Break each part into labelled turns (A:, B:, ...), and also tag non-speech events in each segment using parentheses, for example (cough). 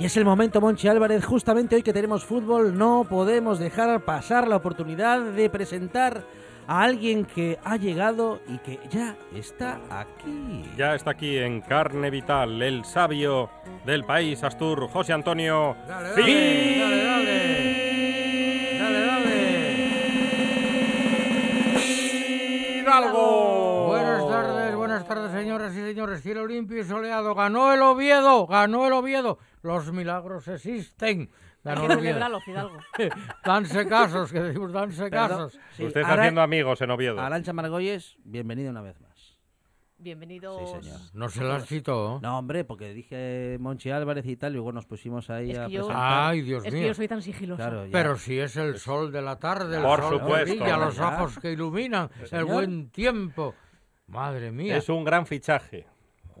A: es el momento, Monchi Álvarez. Justamente hoy que tenemos fútbol, no podemos dejar pasar la oportunidad de presentar a alguien que ha llegado y que ya está aquí.
B: Ya está aquí en carne vital el sabio del país, Astur, José Antonio.
C: Dale, dale, ¡Sí! dale, dale. Dale, dale.
B: ¡Hidalgo!
C: Oh. Buenas tardes, buenas tardes, señoras y señores. Cielo limpio y soleado. Ganó el Oviedo, ganó el Oviedo los milagros existen.
D: Hay que celebrarlos, Hidalgo.
C: (laughs) danse casos, que decimos, danse casos.
B: Sí, Usted está Ara... haciendo amigos en Oviedo.
A: Arancha Margolles, bienvenido una vez más.
D: Bienvenidos.
A: Sí, señor.
C: No se las citó.
A: No, hombre, porque dije Monchi Álvarez y tal, y luego nos pusimos ahí
D: es
A: a
D: que yo...
A: presentar.
C: Ay, Dios
D: es
C: mío.
D: que yo soy tan sigiloso.
A: Claro, ya.
C: Ah, Pero si es el sol de la tarde, el
B: Por
C: sol
B: supuesto.
C: que brilla, los
A: Ya.
C: ojos que iluminan, el
A: señor.
C: buen tiempo. Madre mía.
B: Es un gran fichaje.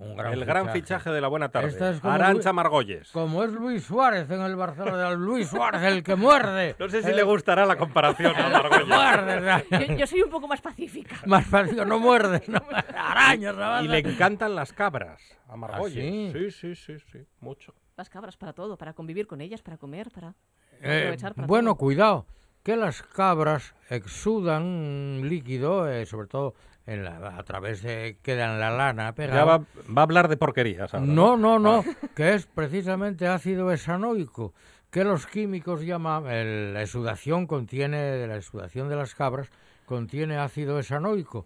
C: Un gran
B: el gran
C: fichaje.
B: fichaje de la buena tarde.
C: Esta es como
B: Arancha
C: Lu-
B: Margolles.
C: Como es Luis Suárez en el Barcelona, Luis Suárez el que muerde.
B: (laughs) No sé si le gustará la comparación
C: (laughs)
B: a Margolles.
C: Muerde, (laughs)
D: Yo, yo soy un poco más pacífica.
C: más fácil, no muerde, no, arañas,
B: Y
C: avanza.
B: le encantan las cabras a Margolles.
C: Ah, sí?
B: sí, sí, sí, sí, mucho.
D: Las cabras para todo, para convivir con ellas, para comer, para
C: Eh,
D: aprovechar. para
C: bueno,
D: todo.
C: cuidado, que las cabras exudan un líquido, eh, sobre todo en la- a través de queda en la lana
B: Ya
C: pegada.
B: va, Ah. va a hablar de porquerías ahora.
C: No, no, no, (laughs) que es precisamente ácido esanoico, que los químicos llaman, el- la exudación contiene, la exudación de las cabras contiene ácido esanoico,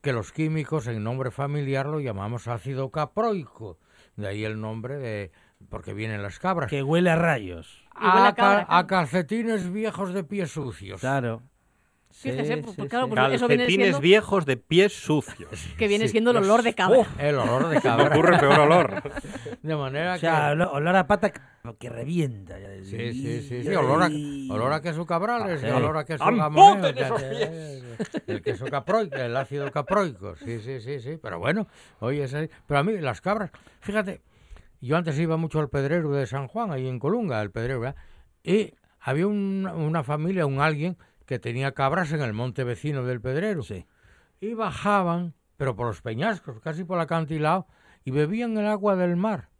C: que los químicos en nombre familiar lo llamamos ácido caproico, de ahí el nombre de, porque vienen las cabras.
A: Que huele a rayos.
D: Igual
C: A,
D: a cabra,
C: ca-
D: claro.
C: a calcetines viejos de pies sucios.
A: Claro.
D: Fíjese, pues, claro, pues- eso viene
B: Calcetines
D: siendo-
B: viejos de pies sucios.
D: Que viene siendo el olor de cabra.
C: El
A: (laughs)
C: olor de
B: Me
C: cabra.
B: ocurre peor
C: (laughs)
B: olor.
C: De manera
A: O sea,
C: que...
A: olor, olor a pata que- que revienta. ya decís.
C: Sí, sí, sí, sí, olor a, olor a queso cabrales, eh,
A: Sí.
C: olor a queso
B: ¡Amputen
C: gamonés,
B: esos
C: ya- El queso caproico, el ácido caproico, sí, sí, sí, sí, pero bueno, oye, es ahí. pero a mí las cabras, fíjate, yo antes iba mucho al Pedrero de San Juan, ahí en Colunga, el Pedrero, ¿verdad? Y había un- una familia, un alguien que tenía cabras en el monte vecino del Pedrero.
A: Sí.
C: y bajaban, pero por los peñascos, casi por el acantilado, y bebían el agua del mar.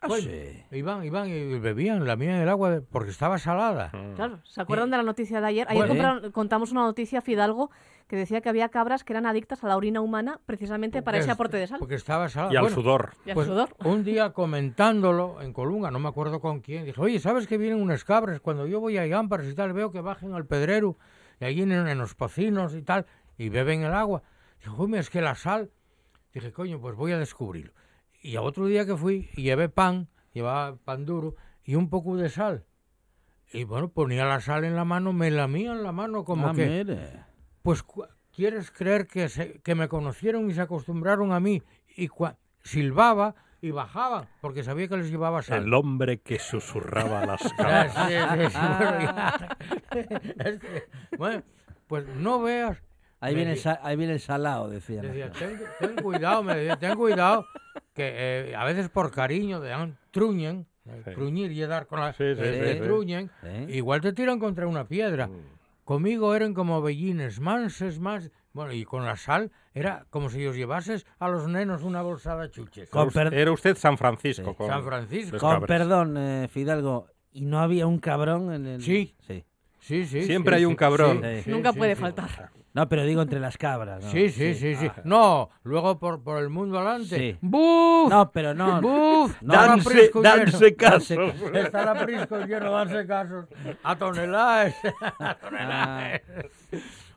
A: Ah,
C: Bueno,
A: sí.
C: Iban, iban y bebían, lamían el agua de- porque estaba salada.
B: Mm.
D: Claro, ¿se acuerdan de la noticia de ayer? Ayer
C: Pues
A: Bueno.
D: compraron- contamos una noticia, Fidalgo, que decía que había cabras que eran adictas a la orina humana precisamente para ese
C: Pues Es-
D: aporte de sal
C: Porque estaba salada.
B: Y al
C: Bueno,
B: sudor.
D: y al
C: pues,
D: sudor.
C: un día
D: (laughs)
C: comentándolo en Colunga, no me acuerdo con quién, dije, oye, ¿sabes que vienen unas cabras? Cuando yo voy a Igámbares y tal, veo que bajen al pedrero y allí en, en los pocinos y tal, y beben el agua. Dije, "Jome, es que la sal... Dije, coño, pues voy a descubrirlo. Y a otro día que fui, y llevé pan, llevaba pan duro y un poco de sal. Y bueno, ponía la sal en la mano, me lamía en la mano como
A: Ah,
C: que... (laughs)
A: mire.
C: Pues cu- quieres creer que, se- que me conocieron y se acostumbraron a mí y cua- silbaba y bajaban porque sabía que les llevaba sal.
B: El hombre que susurraba las
C: Ah,
B: cabras.
C: sí,
B: (laughs)
C: sí, sí,
A: Ah,
C: bueno, ya. Es que, bueno, pues no veas.
A: Ahí
C: Me
A: viene, el
C: di-
A: sa- ahí viene el salado, decía. ¿Eh?
C: Decía, ten, ten cuidado, me decía, ten cuidado, que eh, a veces por cariño te dan truñen, eh,
B: Sí.
C: truñir y dar con la...
B: Sí, sí,
C: te
A: sí, sí.
C: truñen,
A: Sí. Mm.
C: igual te tiran contra una piedra. Conmigo eran como bellines, manses, más. Bueno, y con la sal era como si os llevases a los nenos una bolsada de chuches.
A: Con
B: Era usted-
A: per-
B: Era usted San Francisco.
A: Sí,
B: con-
C: San Francisco.
B: Los
A: Con Pues,
B: cabres.
A: perdón, eh, Fidalgo, ¿y no había un cabrón en el...?
C: Sí.
A: Sí.
C: Sí, sí.
B: Siempre
C: sí,
B: hay un
C: sí,
B: cabrón.
C: sí, sí,
D: Nunca
C: sí,
D: puede
C: sí.
D: faltar.
A: No, pero digo entre las cabras. ¿no?
C: Sí, sí, sí, sí. No, luego por, por el mundo adelante.
A: Ah. Sí.
C: ¡Buf!
A: No, pero
C: (laughs)
A: no.
C: ¡Buf!
A: No,
C: Está el
A: danse-
C: aprisco lleno.
E: danse casos.
C: Está el aprisco lleno, danse casos. A toneladas. A
A: Ah,
C: toneladas.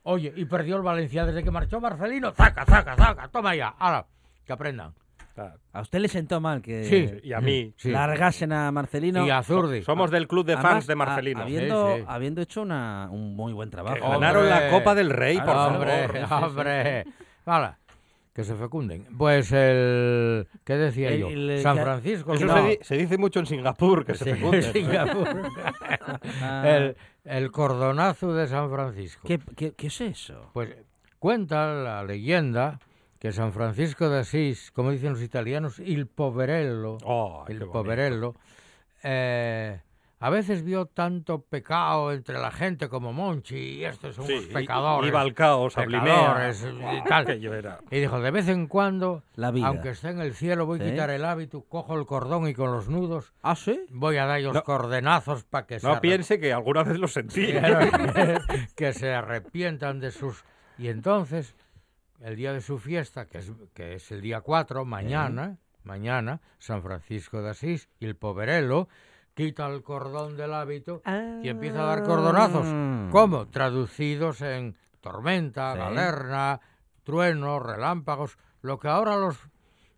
C: Oye, y perdió el Valencia desde que marchó Marcelino. ¡Zaca, zaca, zaca! Toma ya. ¡Hala! Que aprendan.
B: Ah,
A: A usted le sentó mal que
C: Sí.
B: Y a mí.
C: Sí.
A: largasen a Marcelino.
C: Y a Zurdi.
B: Somos del club de fans
A: Además,
B: de
C: ah,
B: Marcelino.
A: a- habiendo,
C: Sí, sí.
A: habiendo hecho una, un muy buen trabajo.
B: Que ganaron
C: Hombre.
B: la Copa del Rey, por
A: Ah,
B: favor.
C: (laughs) hombre, eh, hombre. Hala, que se fecunden. Pues el... ¿Qué decía
A: El-
C: yo?
A: el-
C: San
A: que-
C: Francisco.
B: Eso
C: no.
B: se,
C: (laughs)
B: di- se dice mucho en Singapur, que se
A: Sí.
B: fecunde.
C: Singapur.
A: Ah,
C: el, el cordonazo de San Francisco.
A: ¿qué, qué, qué es eso?
C: Pues cuenta la leyenda que San Francisco de Asís, como dicen los italianos, il poverello,
B: Oh, qué
C: il
B: bonito.
C: poverello, eh, a veces vio tanto pecado entre la gente como Monchi y estos son
B: Sí,
C: unos
B: y-
C: pecadores.
B: Iba al caos, a Blimea.
C: pecadores y tal.
B: (laughs) Que yo era.
C: Y dijo, de vez en cuando,
A: La vida.
C: aunque esté en el cielo, voy a
A: Sí.
C: quitar el hábito, cojo el cordón y con los nudos
A: ¿Ah, sí?
C: voy a dar los
B: No.
C: cordenazos para que se
B: No
C: arrepientan.
B: piense que alguna vez lo sentí.
C: Pero que, (laughs) que se arrepientan de sus... Y entonces, el día de su fiesta, que es, que es el día 4, mañana, mañana, San Francisco de Asís y el poverello quita el cordón del hábito y empieza a dar cordonazos.
A: Ah.
C: ¿Cómo? Traducidos en tormenta,
A: Sí.
C: galerna, truenos, relámpagos, lo que ahora los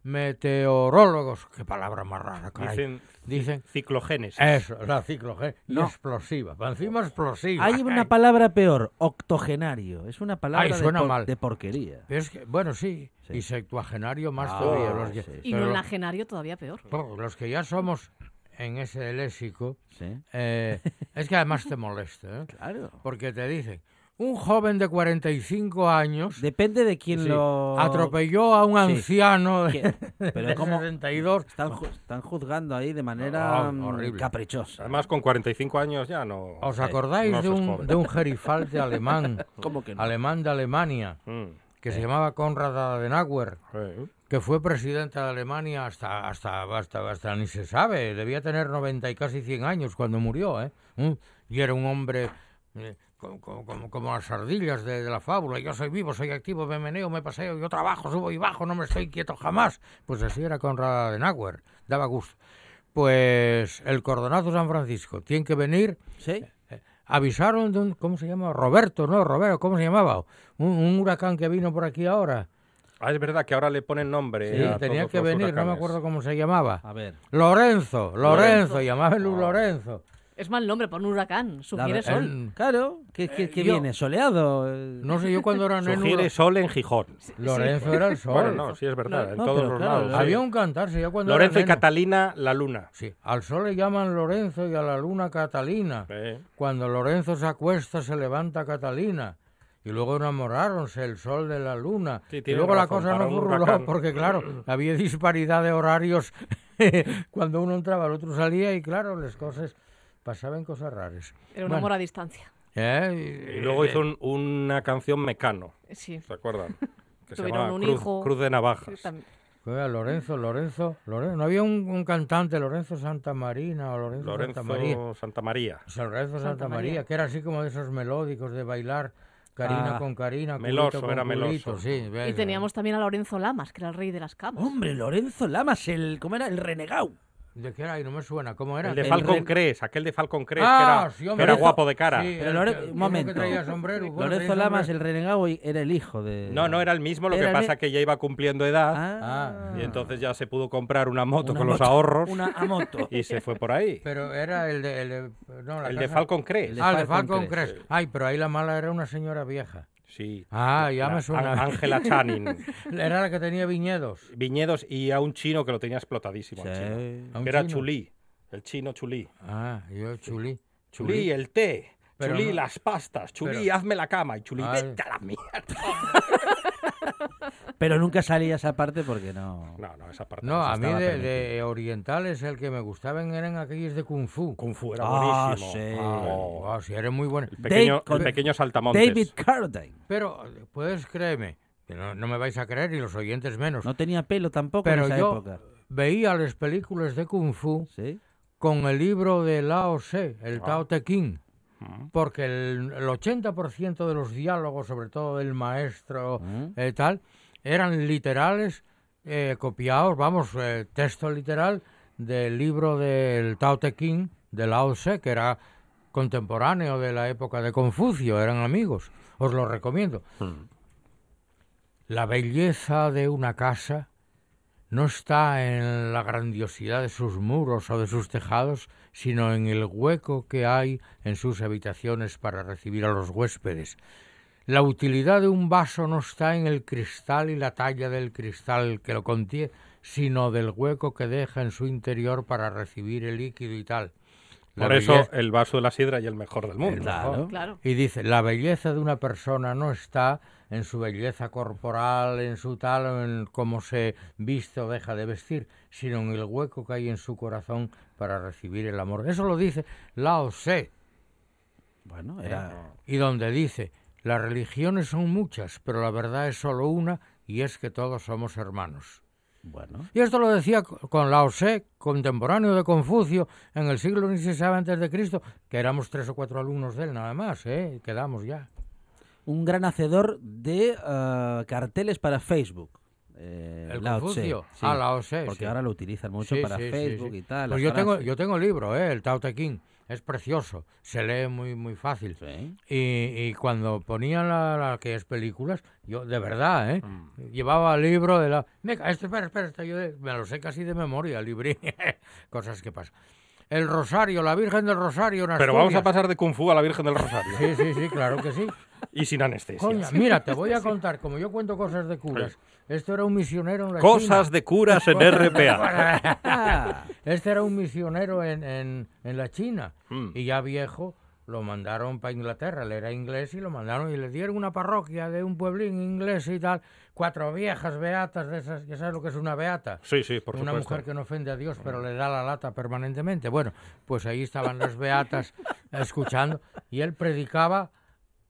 C: meteorólogos, qué palabra más rara, caray,
B: (laughs) Dicen
C: dicen
B: ciclogénesis.
C: eso, la ciclogé. Y explosiva. pa' Encima explosiva.
A: Hay una palabra peor, octogenario. Es una palabra
C: Ay,
A: de
C: suena
A: por-
C: mal.
A: de porquería.
C: Pero es que, bueno, sí.
A: Sí.
C: Y septuagenario más
A: Ah,
C: todavía. Los que,
A: sí.
D: Y
C: pero
D: nonagenario todavía peor.
C: lo- los que ya somos en ese léxico,
A: Sí, (laughs)
C: eh, es que además te molesta, ¿eh?
A: claro.
C: Porque te dicen, un joven de 45 años
A: Depende de quién
C: sí,
A: lo...
C: atropelló a un
A: Sí.
C: anciano de-
A: que-
C: de
A: Pero
C: (laughs)
A: como
C: 62.
A: están, ju- están juzgando ahí de manera
C: Ah,
A: mm,
C: horrible.
A: caprichosa.
B: Además, con 45 años ya no.
C: ¿Os
A: Eh,
C: acordáis
B: No
C: de,
B: seas
C: un,
B: joven.
C: de un gerifalte alemán?
A: ¿Cómo (laughs) que no?
C: Alemán de Alemania,
B: Mm,
C: que se llamaba Konrad Adenauer.
B: eh.
C: que fue presidente de Alemania hasta, hasta, hasta, hasta ni se sabe, debía tener 90 y casi 100 años cuando murió, ¿eh? Mm, Y era un hombre eh, co- co- como, como las ardillas de, de la fábula, yo soy vivo, soy activo, me meneo, me paseo, yo trabajo, subo y bajo, no me estoy quieto jamás. Pues así era Conrad Adenauer, daba gusto. Pues el cordonazo San Francisco, tiene que venir
A: ¿Sí?
C: avisaron de un, ¿cómo se llama? Roberto, ¿no? Roberto, ¿cómo se llamaba? Un, un huracán que vino por aquí ahora.
B: Ah, es verdad que ahora le ponen nombre.
C: Sí,
B: a
C: tenía
B: todos
C: que
B: los
C: venir, no me
B: huracanes.
C: acuerdo cómo se llamaba.
A: A ver.
C: Lorenzo, Lorenzo,
D: Lorenzo.
C: llamábelo
B: Ah.
C: Lorenzo.
D: Es mal nombre para un huracán. Sugiere
A: ver-
D: sol.
C: Él-
A: Claro, ¿qué, qué- qué
C: Eh, yo-
A: viene? ¿Soleado? Eh,
C: no sé, yo
B: (laughs)
C: cuando era neno,
B: Sugiere sol en Gijón.
C: Lorenzo era el sol.
B: Bueno, no, sí es verdad, en
A: no,
B: todos
A: pero
B: los
A: claro,
B: lados. sí.
C: Había un cantarse, yo cuando
B: Lorenzo y
C: era neno.
B: Catalina, la luna.
C: Sí, al sol le llaman Lorenzo y a la luna Catalina.
B: Eh,
C: Cuando Lorenzo se acuesta, se levanta Catalina. Y luego enamoráronse el sol de la luna.
B: Sí,
C: y
B: tiene
C: luego la
B: razón,
C: cosa
B: para
C: no
B: un
C: furuló,
B: huracán.
C: porque claro, había disparidad de horarios. (laughs) Cuando uno entraba, el otro salía, y claro, las cosas pasaban cosas raras.
D: Era un
C: Bueno,
D: amor a distancia.
C: ¿eh?
B: Y luego hizo un- una canción Mecano,
D: Sí.
B: ¿se acuerdan? Que se
D: Tuvieron
B: llamaba
D: un
B: Cruz,
D: hijo.
B: Cruz de Navajas.
D: También.
C: Oiga, Lorenzo, Lorenzo, Lorenzo. No había un, un cantante, Lorenzo Santa Marina o Lorenzo,
B: Lorenzo
C: Santa María. O sea, Lorenzo Santa,
D: Santa
C: María,
D: María.
C: que era así como de esos melódicos de bailar Carina
A: Ah.
C: con Carina, culito
B: Meloso,
C: con
B: era
C: culito,
B: meloso.
C: sí,
D: Y
C: ves,
D: teníamos también a Lorenzo Lamas, que era el rey de las camas.
A: Hombre, Lorenzo Lamas, el, ¿cómo era? El renegado.
C: ¿De qué era? Y no me suena. ¿Cómo era?
B: El de
A: El
B: Falcon
A: rey-
B: Crest, aquel de Falcon Crest,
C: Ah,
B: que
C: sí,
B: era, que
C: hombre,
B: era
C: Lorenzo-
B: guapo de cara.
C: Sí,
A: Pero
C: el
A: Lore-
C: que-
A: un
C: uno
A: momento.
C: que traía sombrero, bueno,
A: Lorenzo
C: traía
A: Lamas,
C: sombrero.
A: el renegado, y era el hijo de...
B: No, no era el mismo, lo
A: Era
B: que
A: el
B: pasa
A: mi-
B: que ya iba cumpliendo edad
A: Ah.
B: y entonces ya se pudo comprar una moto
A: Una
B: con los
A: moto,
B: ahorros
A: Una a moto.
B: (laughs) y se fue por ahí.
C: Pero era el de... El de, no, la
B: El de
C: casa-
B: Falcon Crest.
A: de
C: Ah, el de
A: Falcon
C: Falcon
A: Crest,
C: Crest. Ay, pero ahí la mala era una señora vieja.
B: Sí.
C: Ah, ya
B: La-
C: me suena. (laughs)
B: Á- Ángela Channing.
C: Era la que tenía viñedos.
B: Viñedos y a un chino que lo tenía explotadísimo. al chino.
A: Sí.
C: ¿A un
B: Que era
C: chino?
B: Chulí. El chino Chulí.
C: Ah, yo chulí.
B: Chulí, el té.
C: Pero
B: chulí,
C: no-
B: las pastas. Chulí,
C: pero-
B: hazme la cama. Y Chulí,
C: Ay.
B: vete a la mierda.
A: Pero nunca salía esa parte porque no.
B: No, no, esa parte.
C: No,
B: se
C: a mí
B: estaba
C: de,
B: permitido.
C: de orientales el que me gustaban eran aquellos de Kung Fu.
B: Kung Fu era
A: Ah,
B: buenísimo.
A: sí.
B: Oh,
C: Ah, sí, eres muy bueno.
B: el pequeño,
A: Dave-
B: el pequeño saltamontes.
A: David Carradine.
C: Pero, pues créeme, que no, no me vais a creer y los oyentes menos.
A: No tenía pelo tampoco
C: pero
A: en esa
C: yo
A: época.
C: veía las películas de Kung Fu
A: ¿Sí?
C: con el libro de Lao Tse, el
B: Ah.
C: Tao Te Ching.
B: Mm.
C: Porque el, el 80% de los diálogos, sobre todo del maestro
A: Mm.
C: eh, tal, eran literales, eh, copiados, vamos, eh, texto literal del libro del Tao Te Ching de Lao Tse, que era contemporáneo de la época de Confucio, eran amigos, os lo recomiendo. La belleza de una casa no está en la grandiosidad de sus muros o de sus tejados, sino en el hueco que hay en sus habitaciones para recibir a los huéspedes. La utilidad de un vaso no está en el cristal y la talla del cristal que lo contiene, sino del hueco que deja en su interior para recibir el líquido y tal. La
B: Por eso
C: belleza-
B: el vaso de la sidra y el mejor del mundo.
A: Claro.
D: Claro.
C: y dice, la belleza de una persona no está en su belleza corporal, en su tal, o en cómo se viste o deja de vestir, sino en el hueco que hay en su corazón para recibir el amor. Eso lo dice Lao Tse,
A: Bueno, era.
C: y donde dice, las religiones son muchas, pero la verdad es solo una, y es que todos somos hermanos.
A: Bueno.
C: Y esto lo decía co- con Lao Tse, contemporáneo de Confucio, en el siglo XVI antes de Cristo, que éramos tres o cuatro alumnos de él nada más, ¿eh? quedamos ya.
A: Un gran hacedor de ah, carteles para Facebook. Eh,
C: El
A: Lao Tse,
C: Confucio.
A: sí.
C: Ah, Lao Tse,
A: Porque
C: sí.
A: ahora lo utilizan mucho
C: Sí,
A: para
C: sí, sí,
A: Facebook
C: sí.
A: y tal.
C: Pues
A: las
C: yo tengo,
A: frases.
C: yo tengo el libro, ¿eh? el Tao Te Ching. Es precioso, se lee muy, muy fácil.
A: Sí.
C: Y, y cuando ponían la- la- aquellas películas, yo de verdad, ¿eh?
A: Mm.
C: llevaba el libro de la... Venga, esto, espera, espera, esto yo de- me lo sé casi de memoria, el librín. (laughs) Cosas que pasan. El Rosario, la Virgen del Rosario. en
B: Pero vamos a
C: Asturias.
B: pasar de Kung Fu a la Virgen del Rosario. ¿eh?
C: Sí, sí, sí, claro
A: (laughs)
C: que sí.
B: Y sin anestesia.
C: Coña, mira, te voy a contar, como yo cuento cosas de curas, esto era un misionero en la China.
B: Cosas de curas (laughs) en RPA.
A: Ah,
C: (laughs) Este era un misionero en, en- en la China
B: Mm.
C: y ya viejo lo mandaron para Inglaterra, él era inglés y lo mandaron y le dieron una parroquia de un pueblín inglés y tal, cuatro viejas beatas de esas, ya sabes lo que es una beata.
B: Sí, sí, por
C: Una
B: supuesto. Hmm.
C: mujer que no ofende a Dios, pero le da la lata permanentemente. Bueno, pues ahí estaban las
B: (laughs)
C: beatas escuchando y él predicaba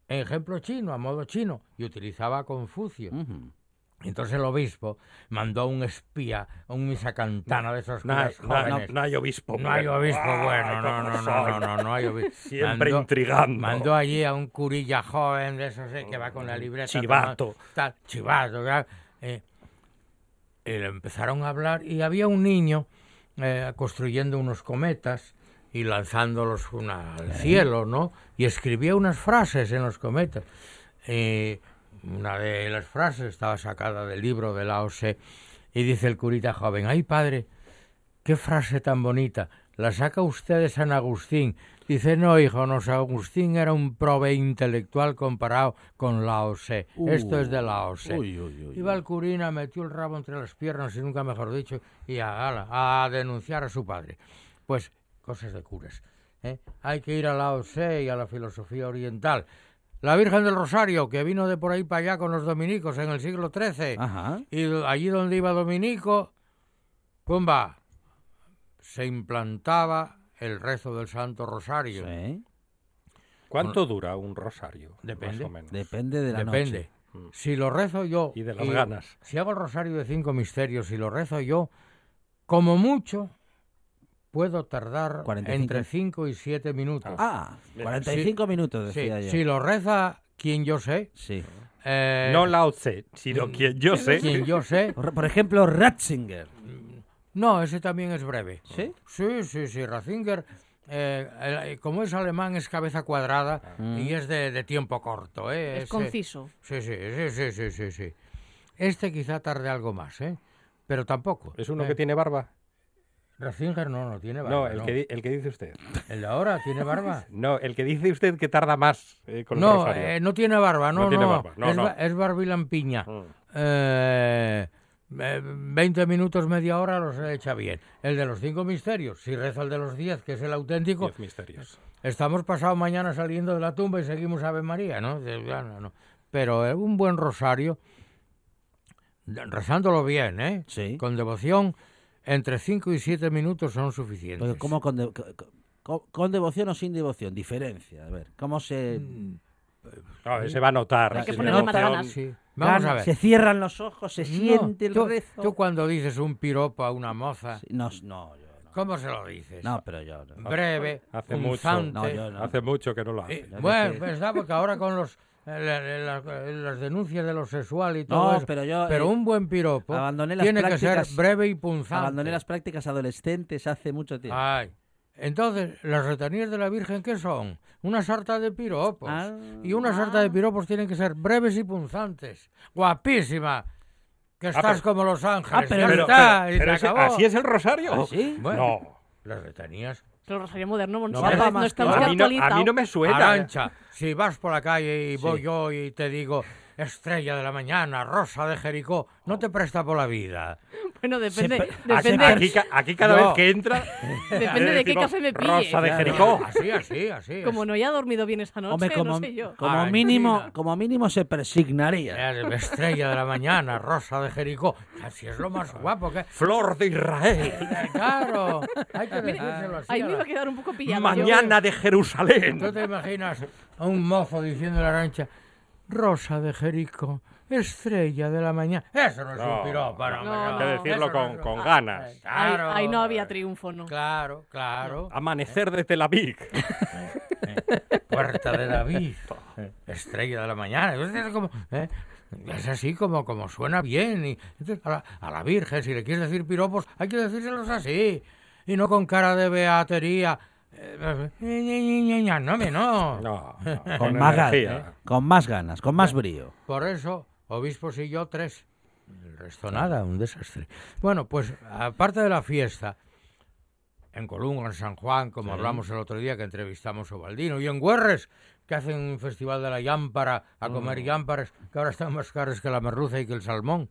C: en ejemplo chino, a modo chino, y utilizaba a Confucio.
A: ujú.
C: Entonces el obispo mandó a un espía, a un misacantana de esos
B: No hay,
C: curas
B: no hay-
C: jóvenes.
B: no hay obispo.
C: No hay obispo
B: Ay,
C: bueno, no, no,
B: cómo
C: no,
B: soy.
C: no, no, no hay obispo.
B: (laughs) Siempre
C: Mandó-
B: intrigando.
C: Mandó allí a un curilla joven de esos eh, que va con la libreta.
B: Chivato.
C: tomando- Tal, chivato, tal, eh, y le empezaron a hablar y había un niño eh, construyendo unos cometas y lanzándolos una- al cielo, ¿no? Y escribía unas frases en los cometas. Eh, una de las frases estaba sacada del libro de la OSE y dice el curita joven, ay padre, qué frase tan bonita, la saca usted de San Agustín. Dice, no hijo, no, San Agustín era un prove intelectual comparado con la OSE. Esto es de la E". OSE.
A: Uy, uy, uy.
C: Iba el curina, metió el rabo entre las piernas y nunca mejor dicho, y a, ala, a denunciar a su padre. Pues, cosas de curas. ¿eh? Hay que ir a la OSE y a la filosofía oriental. La Virgen del Rosario, que vino de por ahí para allá con los dominicos en el siglo XIII,
A: Ajá.
C: y do- allí donde iba Dominico, ¡pumba! Se implantaba el rezo del Santo Rosario.
A: Sí.
B: ¿Cuánto dura un rosario?
C: Depende.
B: Más o menos.
A: Depende de la
C: Depende.
A: noche.
C: Si lo rezo yo.
B: Y de las ganas.
C: Si hago el rosario de cinco misterios y lo rezo yo, como mucho, puedo tardar
A: 45.
C: entre cinco y siete minutos.
A: Ah, 45 minutos,
C: Sí,
A: decía yo.
C: Si lo reza quien yo sé.
A: Sí.
C: eh,
B: No Lao Tse, sino quien yo sé.
C: Quien yo sé.
A: Por por ejemplo, Ratzinger.
C: No, ese también es breve.
A: ¿Sí?
C: Sí, sí, sí. Ratzinger, eh, el- eh, como es alemán, es cabeza cuadrada y es de, de tiempo corto. ¿eh?
D: Es
C: Ese-
D: conciso.
C: Sí, sí, sí, sí, sí, sí, sí. Este quizá tarde algo más, ¿eh? Pero tampoco.
B: ¿Es uno
C: Eh,
B: que tiene barba?
C: Ratzinger no, no tiene barba.
B: No, el que, di- el que dice usted.
C: El de ahora
B: (laughs)
C: tiene barba.
B: No, el que dice usted que tarda más eh, con el
C: no,
B: rosario.
C: eh, no tiene barba, no,
B: No
C: no.
B: tiene barba, no,
C: es,
B: no.
C: ba- es barbilampiña.
B: Mm.
C: Eh, eh, 20 minutos, media hora los echa bien. El de los cinco misterios, si reza el de los 10, que es el auténtico,
B: Diez misterios.
C: Estamos pasado mañana saliendo de la tumba y seguimos Ave María, ¿no? De- ya no, no. Pero eh, un buen rosario rezándolo bien, ¿eh?
A: Sí.
C: Con devoción, entre 5 y 7 minutos son suficientes.
A: Pero ¿cómo con, de- co- co- con, devoción o sin devoción? Diferencia. A ver, ¿cómo se.
C: Mm,
B: Claro, se va a notar.
D: Hay que
B: sin
D: ponerle más
B: emoción.
D: ganas.
C: Sí. Vamos
A: Gana-
C: a ver.
A: Se cierran los ojos, se siente el
C: tú,
A: rezo.
C: tú cuando dices un piropo a una moza,
A: Sí, No, no, yo no.
C: ¿cómo se lo dices?
A: No, pero yo no.
C: Breve,
B: Hace mucho.
C: punzante.
A: No, yo no.
B: Hace mucho que no lo hace.
C: Eh,
A: ya que
C: bueno,
A: sí.
C: pues, da, porque ahora con los eh, la- la- la- las denuncias de lo sexual y todo
A: No,
C: eso,
A: pero yo, eh,
C: un buen piropo
A: abandoné las
C: tiene que ser
A: prácticas-
C: breve y punzante.
A: Abandoné las prácticas adolescentes hace mucho tiempo.
C: Ay. Entonces, las retanías de la Virgen, ¿qué son? Una sarta de piropos.
A: Ah.
C: y una sarta de piropos tienen que ser breves y punzantes. Guapísima. Que estás
B: Ah, pero-
C: como Los Ángeles.
A: Ah, pero-
C: ya
A: pero-
C: está, y
B: pero
C: se
B: ese-
C: acabó.
B: ¿Así es el rosario?
A: ¿Ah, sí?
C: Bueno,
B: No.
C: las retanías.
D: Pero Rosario Moderno, Monchi,
B: No,
D: cada
B: pero-
D: vez no está
B: a,
D: usted
B: mí no, a mí no
D: actualizado.
B: me suena. ¿eh?
C: Arancha, si vas por la calle y voy yo y te digo estrella de la mañana, rosa de Jericó, no te presta por la vida.
D: Bueno, depende,
A: pe-
B: Aquí,
D: depende,
B: aquí ca- aquí cada
C: No.
B: vez que entra.
D: depende de qué
B: decimos,
D: café me pille.
B: Rosa de
C: No,
B: Jericó.
C: Así, así, así.
D: Como no haya dormido bien esa noche,
A: Hombre, como,
D: no sé yo.
A: como
C: Ay,
A: mínimo,
C: Cristina.
A: como mínimo se presignaría.
C: Eh, Estrella de la mañana, rosa de Jericó. Así es lo más guapo que.
B: Flor de
C: (laughs)
B: Israel.
C: Claro, hay que decírselo así.
D: Ahí
C: a
D: me
C: la-
D: iba a quedar un poco pillado.
B: Mañana de
C: ¿Tú
B: Jerusalén.
C: te imaginas a un mozo diciendo a la rancha, rosa de Jericó, estrella de la mañana? Eso no es
B: No,
C: un piropo, no, hombre,
D: no, no.
B: Hay
C: no.
B: que decirlo
C: Eso no
B: con,
C: es-
B: con ganas.
D: Ahí,
C: Claro,
D: ahí no había triunfo, no.
C: Claro, claro.
B: Amanecer de Tel Aviv.
C: Puerta de David, estrella de la mañana. Entonces, Es, como, ¿eh? Es así como, como suena bien. Y, entonces, a, la, a la Virgen, si le quieres decir piropos, hay que decírselos así. Y no con cara de beatería. Eh, eh, eh, eh, eh, No, me no.
B: No, (laughs) no,
C: Eh,
A: Con
B: con ¿eh?
A: más, ganas,
B: energía.
A: con más ganas, con más brío.
C: Por eso, obispos y yo tres. El resto nada, un desastre. Bueno, pues aparte de la fiesta, en Colungo, en San Juan, como hablamos el otro día que entrevistamos a Baldino, y en Güerres, que hacen un festival de la llámpara,
A: Mm.
C: a comer llámparas, que ahora están más caras que la merluza y que el salmón.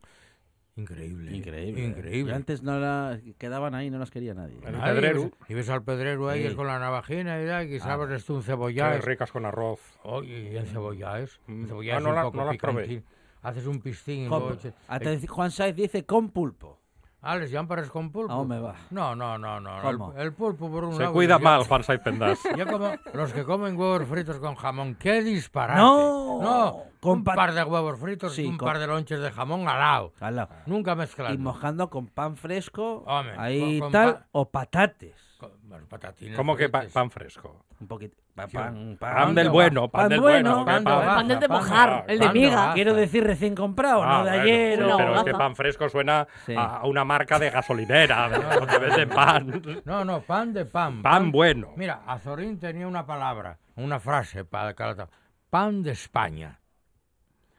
C: Increíble.
A: Increíble.
C: Increíble.
A: Yo antes no la, quedaban ahí, no las quería nadie.
B: El
C: Ay,
B: pedrero.
C: Y ves al pedrero ahí
A: Sí. Ah.
C: con la navajina y, tal, y sabes esto un
B: Qué
C: cebollado.
B: ricas con arroz.
C: Oye, y el cebolláes. El
B: Mm.
C: cebolláes
B: Ah, no
C: un
B: la-
C: poco
B: no las probé.
C: picantín. Haces un pistín. y
A: Con-
C: luego eches-
A: Atenci- Juan Sáez dice con pulpo.
C: Ah, les llámparas con pulpo.
A: ¿A dónde va?
C: No, no, no, no.
A: ¿Cómo?
C: El, el pulpo por un
B: Se
C: lado.
B: cuida
C: yo-
B: mal
C: (laughs)
B: Juan Saiz Pendas.
C: Yo como los que comen huevos fritos con jamón, qué disparate.
A: No,
C: no.
A: con
C: un
A: pa-
C: par de huevos fritos
A: Sí,
C: y un
A: con-
C: par de lonches de jamón al lado.
A: Al lado.
C: Nunca
A: Y
C: mezclando.
A: mojando con pan fresco,
C: Ah, Hombre,
A: ahí
C: con- con
A: tal,
C: pa-
A: o patates.
C: Con- los patatines.
B: ¿Cómo que pa-
C: fritos.
B: pan fresco?
A: Un poquito. pa-
C: Sí.
A: Pan, pan,
B: Pan del bueno, pan
A: Pan
B: del
A: bueno,
B: bueno. ¿qué Ah,
C: pan de
B: pan?
C: baja,
D: Pan del de
C: pan de
D: mojar,
B: baja,
D: el de
C: pan de
D: miga.
C: baja.
A: Quiero decir recién comprado,
B: Ah,
A: no de
B: bueno,
A: ayer.
B: sí,
D: o-
B: pero es que
D: Gaza.
B: pan fresco suena
A: Sí.
B: a a una marca de gasolinera, de- donde venden pan.
C: No, no, pan de pan.
B: Pan bueno.
C: Mira, Azorín tenía una palabra, una frase para cada ta- pan de España.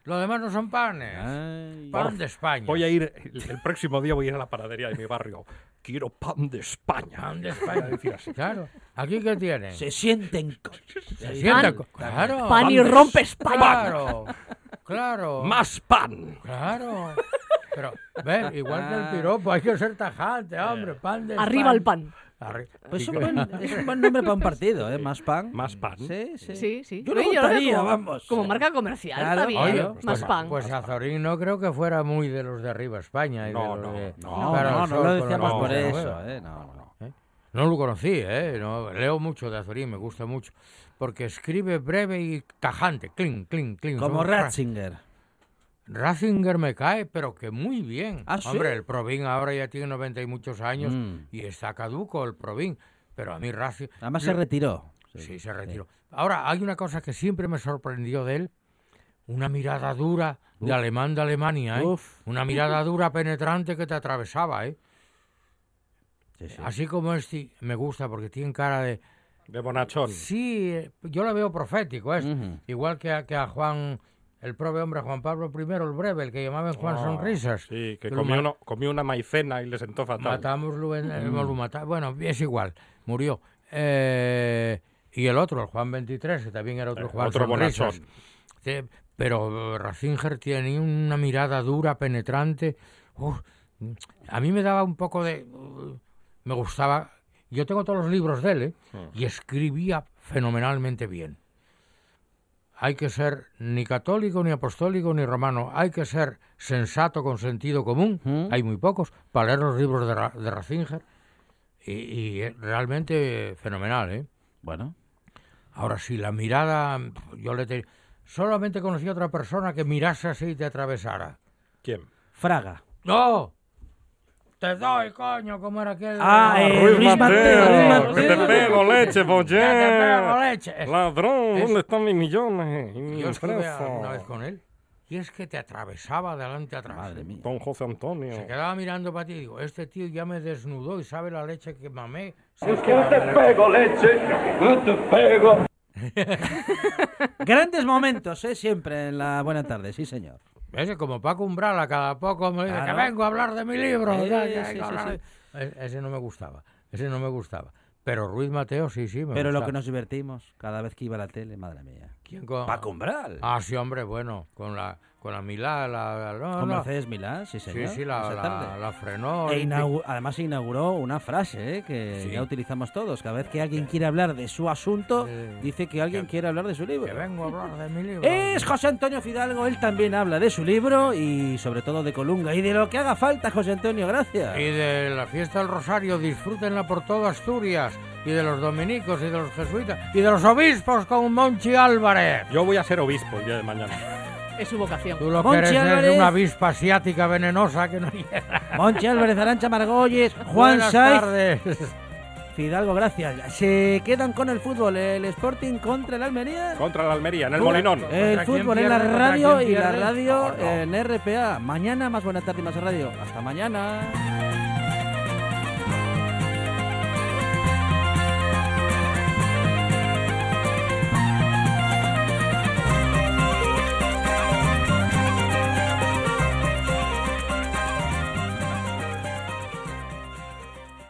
C: Lo demás no son panes.
A: Ah, Ay.
C: Pan de España.
B: Voy a ir, el el próximo día voy a ir a la panadería de mi barrio. Quiero pan de España.
C: Pan de España. Claro. ¿Aquí qué tienen?
A: Se sienten.
C: (laughs)
A: co-
C: Se sienta
D: Pan.
C: co- Claro.
D: Pan y
B: Vamos.
D: rompe España. (laughs)
C: Claro. Claro.
B: Más pan.
C: Claro. Pero, ver, igual que el piropo, hay que ser tajante, hombre. Pan de
D: Ah. Eh. Arriba el pan.
C: Arri-
A: Pues un buen- es un buen nombre para un partido, ¿eh? Más pan.
B: Más
C: Mm,
B: pan.
A: Sí, sí.
D: Sí, sí.
A: Yo lo
D: Oye, yo lo veo
A: votaría,
D: como-
A: vamos.
D: Como marca comercial,
A: Claro.
D: está bien.
C: (laughs) Oye,
D: eh, Más pan.
C: Pues Azorín no creo que fuera muy de los de arriba España. y
B: No,
C: de los
B: no,
C: de-
A: No,
C: Claro,
A: no,
C: el
A: no lo
C: sol con
A: decíamos
C: los
A: por
C: ojos.
A: eso, ¿eh? No, no, no.
C: No lo conocí, ¿eh? No, leo mucho de Azorín, me gusta mucho. Porque escribe breve y tajante. Clean, clean, clean.
A: Como Ratzinger.
C: Ratzinger me cae, pero que muy bien.
A: ¿Ah, sí?
C: Hombre, el Provin ahora ya tiene 90 y muchos años
A: Mm.
C: y está caduco el Provin. Pero a mí Ratzinger...
A: Además se retiró.
C: Sí, se retiró. Ahora, hay una cosa que siempre me sorprendió de él. Una mirada dura de alemán de Alemania, ¿eh?
A: Uf. (laughs)
C: Una mirada dura penetrante que te atravesaba, ¿eh?
A: Ah,
C: Así como este me gusta porque tiene cara de...
B: De bonachón.
C: Sí, eh, yo lo veo profético, es
A: Ujú.
C: igual que a, que a Juan, el prove hombre Juan Pablo I, el breve, el que llamaban Juan
A: Oh,
B: Ah,
C: Sonrisas.
B: Sí, que
C: Lo
B: comió,
C: ma-
B: uno- comió una maicena y le sentó fatal.
C: Matámoslo en el Volumata- Bueno, es igual, murió. Eh, y el otro, el Juan 23, que también era otro
B: Eh,
C: Juan
B: otro
C: Sonrisas.
B: bonachón.
C: Sí, pero eh, Ratzinger tenía una mirada dura, penetrante. Uf, a mí me daba un poco de... uh, me gustaba... Yo tengo todos los libros de él, ¿eh? y escribía fenomenalmente bien. hay que ser ni católico, ni apostólico, ni romano. Hay que ser sensato con sentido común.
A: Ujú.
C: Hay muy pocos. Para leer los libros de, Ra- de Ratzinger. Y, y es realmente fenomenal, ¿eh?
A: Bueno,
C: Ahora sí, la mirada, yo le te- solamente conocí a otra persona que mirase así y te atravesara.
B: ¿Quién?
A: Fraga.
C: ¡No! ¡Te doy, coño! ¿Cómo era aquel?
A: Ah, eh,
B: Ruiz
A: Luis Mateo,
B: Mateo,
A: Ruiz
B: que te
A: Mateo.
B: pego leche,
C: ¡Que te pego
B: bollé.
C: leche! Es-
B: Ladrón,
C: Es-
B: ¿dónde están mis millones? Y mi
C: Yo estuve
B: empresa.
C: una vez con él y es que te atravesaba de adelante a atrás.
A: Madre mía.
B: Don José Antonio.
C: Se quedaba mirando para ti y digo, este tío ya me desnudó y sabe la leche que mamé.
A: Grandes momentos, ¿eh? Siempre en la buena tarde, sí, señor.
C: Ese como Paco Umbral a cada poco me dice
A: Claro.
C: que vengo a hablar de mi libro.
A: Eh,
C: ya, ya,
A: sí,
C: ya,
A: sí,
C: ya.
A: sí.
C: E- Ese no me gustaba, ese no me gustaba. Pero Ruiz Mateo sí, sí me
A: Pero lo
C: gustaba.
A: que nos divertimos cada vez que iba a la tele, madre mía.
C: ¿Quién con-
A: Paco Umbral.
C: Ah, sí, hombre, bueno, con la, con la Milá, la... la- no,
A: Con
C: no.
A: Mercedes Milán, sí,
C: Sí,
A: señor.
C: sí, la,
A: esa
C: la,
A: tarde.
C: la frenó.
A: E
C: el-
A: inau- además se inauguró una frase ¿eh? que
C: Sí.
A: ya utilizamos todos. Cada vez que alguien quiere hablar de su asunto,
C: Eh,
A: dice que alguien
C: que-
A: quiere hablar de su
C: Que
A: libro.
C: vengo a hablar de mi libro.
A: Es José Antonio Fidalgo, él también habla de su libro y sobre todo de Colunga y de lo que haga falta, José Antonio, gracias.
C: Y de la fiesta del Rosario, disfrútenla por toda Asturias. Y de los dominicos, y de los jesuitas, y de los obispos con Monchi Álvarez.
B: Yo voy a ser obispo el día de mañana.
D: Es su vocación.
C: Tú lo
A: Monchi
C: que eres
A: Álvarez.
C: es una avispa asiática venenosa que no llega.
A: Monchi Álvarez Arancha Margolles, Juan
C: Buenas
A: Saiz,
C: tardes.
A: Fidalgo, gracias. Se quedan con el fútbol, el Sporting contra el Almería.
B: Contra la Almería, en el
A: Tú-
B: Molinón.
A: El
C: ¿Contra quién
A: fútbol en la
C: pierde? ¿Contra
A: radio
C: quién
A: y la
C: pierde?
A: radio
C: No, no.
A: en RPA. Mañana más buena tarde y más radio. Hasta mañana.